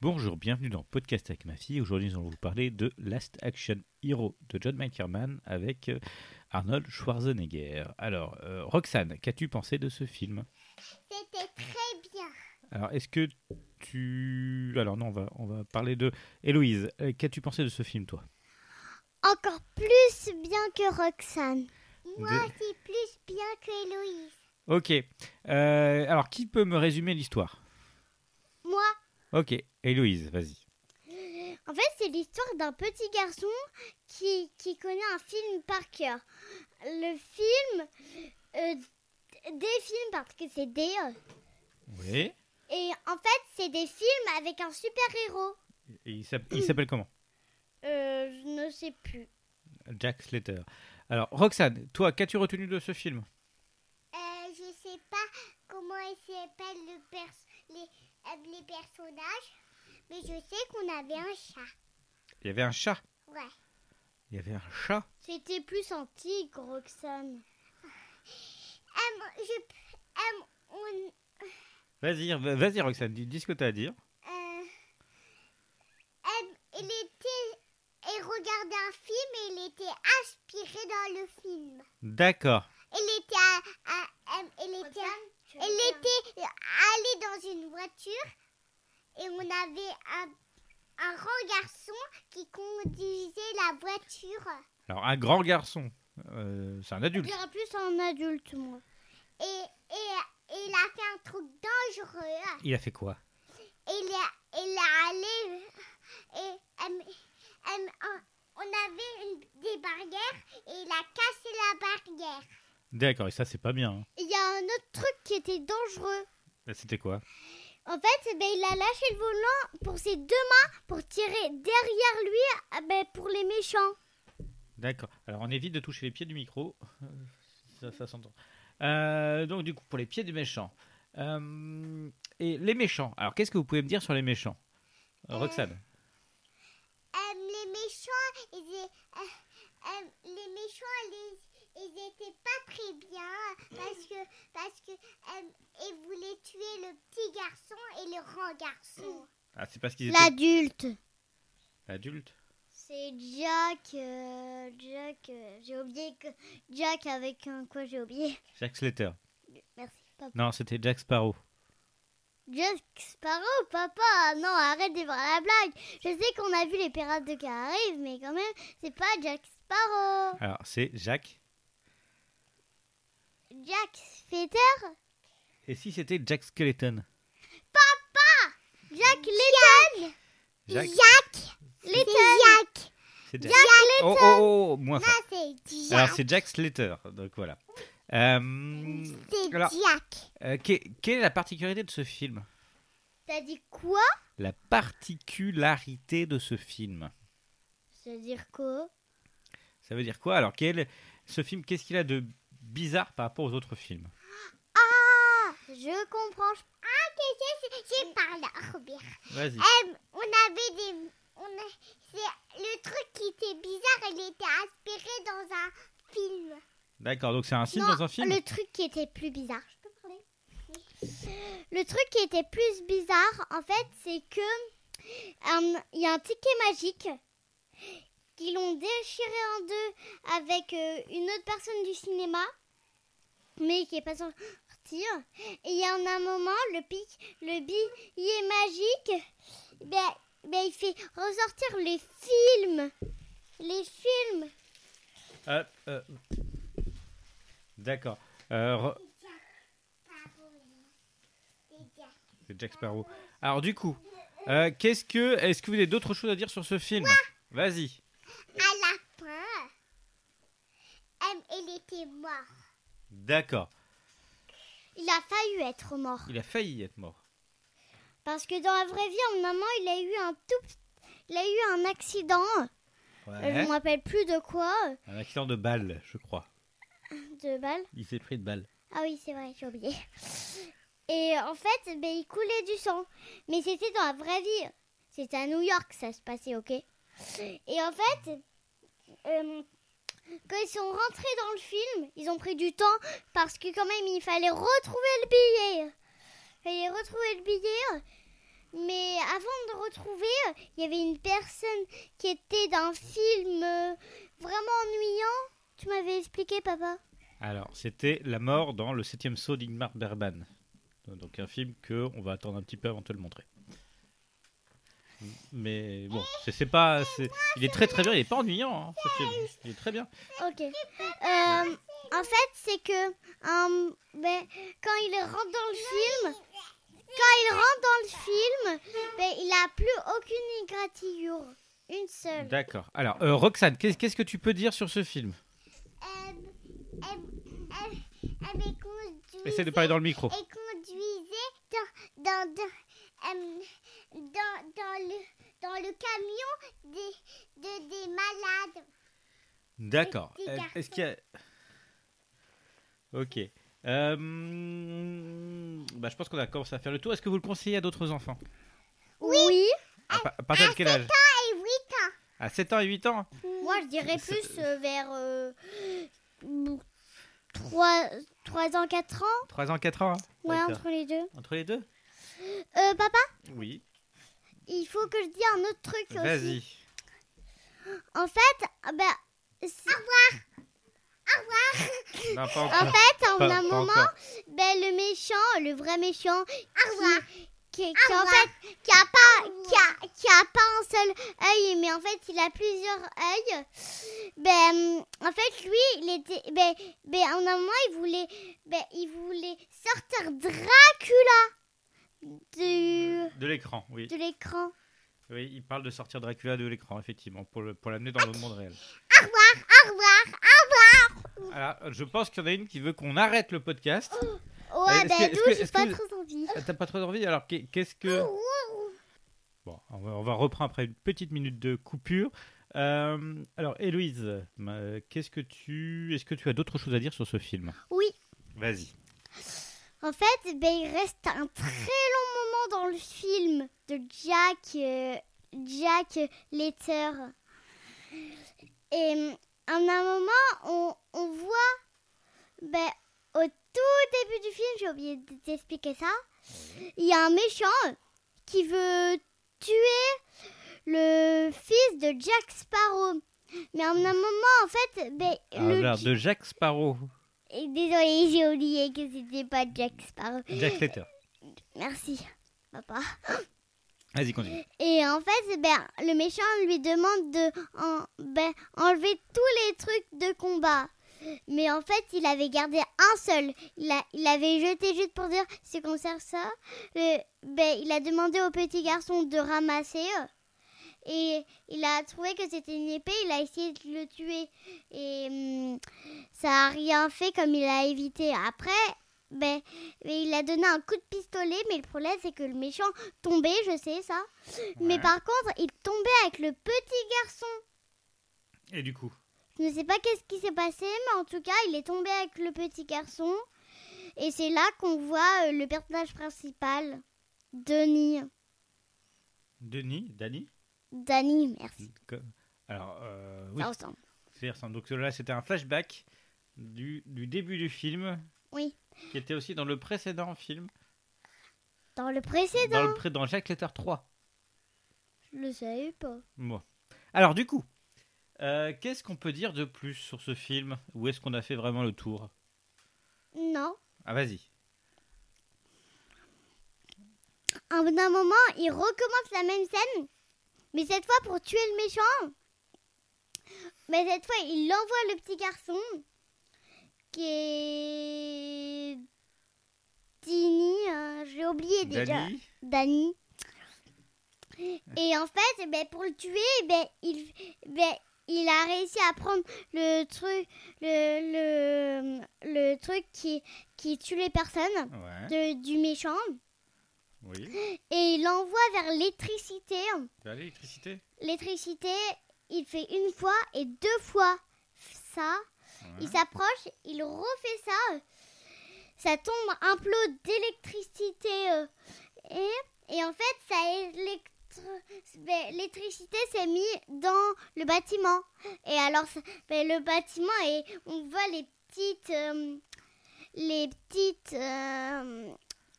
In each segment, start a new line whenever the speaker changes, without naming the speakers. Bonjour, bienvenue dans Podcast avec ma fille. Aujourd'hui, nous allons vous parler de Last Action Hero de John Michaelman avec euh, Arnold Schwarzenegger. Alors, euh, Roxane, qu'as-tu pensé de ce film
C'était très bien.
Alors, est-ce que tu... Alors non, on va, on va parler de... Héloïse, euh, qu'as-tu pensé de ce film, toi
Encore plus bien que Roxane. Moi,
De-
c'est plus bien que Héloïse.
Ok. Euh, alors, qui peut me résumer l'histoire
Moi,
Ok, Héloïse, vas-y.
en fait, c'est l'histoire d'un petit garçon qui, qui connaît un film par cœur. Le film, euh, des films parce que c'est des... euh,
Oui.
Et en fait, c'est des films avec un super-héros.
Et il s'app- il s'appelle comment
Euh, je ne sais plus.
Jack Slater. Alors, Roxane, toi, qu'as-tu retenu de ce film
Euh, je sais pas comment ils s'appellent le pers- les, euh, les personnages, mais je sais qu'on avait un chat.
Il y avait un chat.
Ouais.
Il y avait un chat.
C'était plus un tigre, Roxane. Ah. je, euh, on,
Vas-y, va- vas-y, Roxane, dis, dis ce que t'as à dire.
euh, euh, il était. Il regardait un film et il était aspiré dans le film.
D'accord.
Il était. à- à- euh, il était. Il était allé dans une voiture et on avait un, un grand garçon qui conduisait la voiture.
Alors, un grand garçon. Euh, c'est un adulte.
dirais plus un adulte, moi. Et, et, et il a fait un truc dangereux.
Il a fait quoi
Il est, il est allé. Et, euh, euh, euh, on avait une- des barrières et il a cassé la barrière.
D'accord, et ça, c'est pas bien. hein.
Il y a un autre truc qui était dangereux.
Là, Bah, C'était quoi
En fait, eh ben, il a lâché le volant pour ses deux mains pour tirer derrière lui ah ben, pour les méchants.
D'accord. Alors, on évite de toucher les pieds du micro. Euh, ça ça s'entend. Euh, donc, du coup, pour les pieds des méchants. Euh, et les méchants. Alors, qu'est-ce que vous pouvez me dire sur les méchants Euh, Roxane
Euh, les méchants, ils, é- euh, euh, les méchants, ils, ils étaient pas très bien parce que parce que euh, ils voulaient tuer le petit garçon et le grand garçon.
Ah, c'est parce qu'ils étaient
L'adulte.
adultes
C'est Jack. euh, Jack. j'ai oublié que Jack avec un quoi j'ai oublié.
Jack Slater.
Merci.
Non, c'était Jack Sparrow.
Jack Sparrow, papa, non, arrête de voir la blague. Je sais qu'on a vu les pirates de Caraïbes, mais quand même, c'est pas Jack Sparrow.
Alors, c'est Jack.
Jack Fetter
Et si c'était Jack Skeleton
Jack Litton
Jack,
Litton Jack
c'est Jack. Oh, oh, oh, oh, moins fort.
c'est
Alors, c'est Jack Slater. Donc, voilà. Euh,
C'est
alors-
Jack
euh, que- quelle est la particularité de ce film
T'as dit quoi
La particularité de ce film.
C'est-à-dire quoi
Ça veut dire quoi Alors, quel, ce film, qu'est-ce qu'il a de bizarre par rapport aux autres films
Ah Je comprends. je- Ah, qu'est-ce que c'est J'ai parlé à Robert.
Vas-y.
Euh, on avait des. On a... c'est- Le truc qui était bizarre, il était aspiré dans un film.
D'accord, donc c'est un film
Non,
dans un film
Le truc qui était plus bizarre. Je peux parler Le truc qui était plus bizarre, en fait, c'est que euh, il y a un ticket magique qu'ils l'ont déchiré en deux avec euh, une autre personne du cinéma, mais qui est pas sortie. Et il y en a un moment, le, pic, le billet magique, ben, ben, il fait ressortir les films. Les films.
Euh, euh, D'accord. Euh, re- C'est Jack Sparrow. Alors du coup, euh, qu'est-ce que, est-ce que vous avez d'autres choses à dire sur ce film Vas-y.
À la fin, M, il était mort.
D'accord.
Il a failli être mort.
Il a failli être mort.
Parce que dans la vraie vie, en maman, il a eu un tout. p- Il a eu un accident. Euh, Je ne me rappelle plus de quoi. euh,
Un accident de balle, je crois.
De balle.
Il s'est pris de balle.
Ah oui, c'est vrai, j'ai oublié. Et en fait, ben, il coulait du sang. Mais c'était dans la vraie vie. C'était à New York, ça se passait, ok Et en fait, euh, quand ils sont rentrés dans le film, ils ont pris du temps parce que quand même, il fallait retrouver le billet. Il fallait retrouver le billet. Mais avant de retrouvé, euh, il y avait une personne qui était d'un film euh, vraiment ennuyant. Tu m'avais expliqué, papa.
Alors, c'était La mort dans le septième saut d'Ingmar Berban. Donc, un film que on va attendre un petit peu avant de te le montrer. Mais bon, c'est- c'est pas. c'est- Il est très très bien, il est pas ennuyant, hein, ce film. Il est très bien.
Ok. Euh, en fait, c'est que euh, ben, quand il rentre dans le film, quand il rentre dans le film, ben, il a plus aucune égratignure, une seule.
D'accord. Alors, euh, Roxane, qu'est- qu'est-ce que tu peux dire sur ce film Essaie de parler dans le micro.
et conduisait dans, dans, dans, euh, dans, dans le, dans le camion des, de- des malades.
D'accord.
Petit
Euh,
garçon.
Est-ce qu'il y a... Ok. Euh, bah, je pense qu'on a commencé à faire le tour. Est-ce que vous le conseillez à d'autres enfants
Oui.
à, pa- à partir de quel âge
Et oui,
À 7 ans et 8 ans
Moi, je dirais
C'est-
plus euh, vers 3, ans, 4 ans.
3 ans, 4 ans hein
Ouais,
D'accord.
entre les deux.
Entre les deux
Euh, papa,
Oui.
il faut que je dise un autre truc aussi.
Vas-y.
En fait, ah ben, si-
Non, pas
en
Ah,
encore.
fait, en
Pas-
un
pas
moment,
encore.
ben, le méchant, le vrai méchant,
revoir.
qui, qui- qui, en fait, qui a pas, qui a, qui a pas un seul œil, mais en fait, il a plusieurs œils. Ben, en fait, lui, il était, ben, ben, en un moment, il voulait, ben, il voulait sortir Dracula du,
De l'écran, oui.
de l'écran.
Oui, il parle de sortir Dracula de l'écran, effectivement, pour le- pour l'amener dans le monde réel.
au revoir.
Alors, je pense qu'il y en a une qui veut qu'on arrête le podcast.
Ouais,
Eh, Est-ce
ben,
que- est-ce
d'où
que-
j'ai
est-ce
pas
que-
trop envie.
Ah, T'as pas trop envie Alors, qu'est- qu'est-ce que... Bon, on va, on va reprendre après une petite minute de coupure. Euh, alors, Héloïse, ma- euh, qu'est-ce que tu, est-ce que tu as d'autres choses à dire sur ce film
Oui.
Vas-y.
En fait, ben, il reste un très long moment dans le film de Jack, euh, Jack Letter. Et euh, à un moment, on, on voit, ben, au tout début du film, j'ai oublié de t'expliquer ça, il y a un méchant qui veut tuer le fils de Jack Sparrow. Mais à un moment, en fait, ben, le
Alors, Ah, de Jacques Sparrow,
et Désolée, j'ai oublié que c'était pas Jack Sparrow.
Jack Letter.
Merci, papa.
Vas-y, continue.
Et en fait, ben, le méchant lui demande de en- ben, enlever tous les trucs de combat. Mais en fait, il avait gardé un seul. Il, a, il avait jeté juste pour dire c'est qu'on sert ça. Le- ben, il a demandé au petit garçon de ramasser. euh, Et il a trouvé que c'était une épée. Il a essayé de le tuer. Et hum, ça a rien fait comme il a évité. Après, ben, ben, il a donné un coup de pistolet. Mais le problème, c'est que le méchant tombait, je sais ça. Mais
Ouais.
par contre, il tombait avec le petit garçon.
Et du coup,
Je ne sais pas qu'est-ce qui s'est passé, mais en tout cas, il est tombé avec le petit garçon. Et c'est là qu'on voit euh, le personnage principal, Denis.
Denis, Dani.
Danny, merci.
co- Alors, euh, oui,
Ça ressemble.
c'est ressemble. Donc euh, là, c'était un flashback du, du début du film.
Oui.
Qui était aussi dans le précédent film,
Dans le précédent,
dans le pré- dans Jack Letter 3.
je le savais pas.
Moi. Alors, du coup, euh, qu'est-ce qu'on peut dire de plus sur ce film Où est-ce qu'on a fait vraiment le tour
Non.
Ah, vas-y.
À un d'un moment, il recommence la même scène, mais cette fois pour tuer le méchant. Mais cette fois, il envoie le petit garçon, qui est. Dini, hein, j'ai oublié déjà.
Dani,
Dani. Et en fait, eh ben, pour le tuer, eh ben, il, ben, il a réussi à prendre le truc, le, le, le truc qui, qui tue les personnes
Ouais,
de- du méchant
oui.
et il l'envoie vers l'électricité.
Vers l'électricité
L'électricité, il fait une fois et deux fois ça. Il s'approche, il refait ça. Ça tombe un plot d'électricité. euh, Et, et en fait, ça électro- ben, L'électricité s'est mise dans le bâtiment. Et alors, ça- ben, le bâtiment, et on voit les petites. euh, les petites. euh,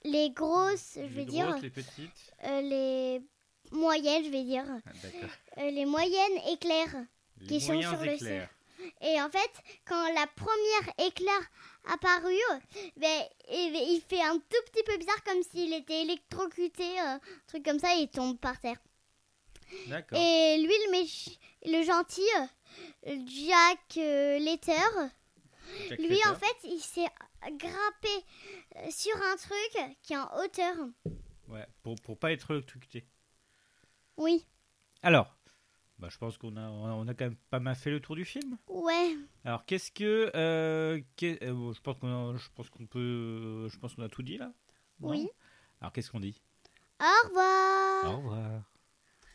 les grosses, je veux
les
dire.
grosses, les petites. Ah,
Euh, les moyennes, je vais dire,
D'accord.
euh, les moyennes éclairs.
Les
Qui sont
moyens
sur le
éclairs.
Et en fait, quand la première éclair apparut, ben, et- ben, il fait un tout petit peu bizarre comme s'il était électrocuté, euh, un truc comme ça, et il tombe par terre.
D'accord.
Et lui, le, méch- le gentil, euh, Jack euh, Letter,
Jack
lui, en
Slater.
fait, il s'est grimpé euh, sur un truc qui est en hauteur.
Ouais, pour, pour pas être électrocuté.
Oui,
Alors, bah, je pense qu'on a, on a- on a quand même pas mal fait le tour du film.
ouais.
Alors, qu'est-ce que. euh, qu'est- euh, bon, je pense qu'on a- je pense qu'on peut. Je pense qu'on a tout dit là. Non
Oui.
Alors, qu'est-ce qu'on dit
Au revoir.
Au revoir.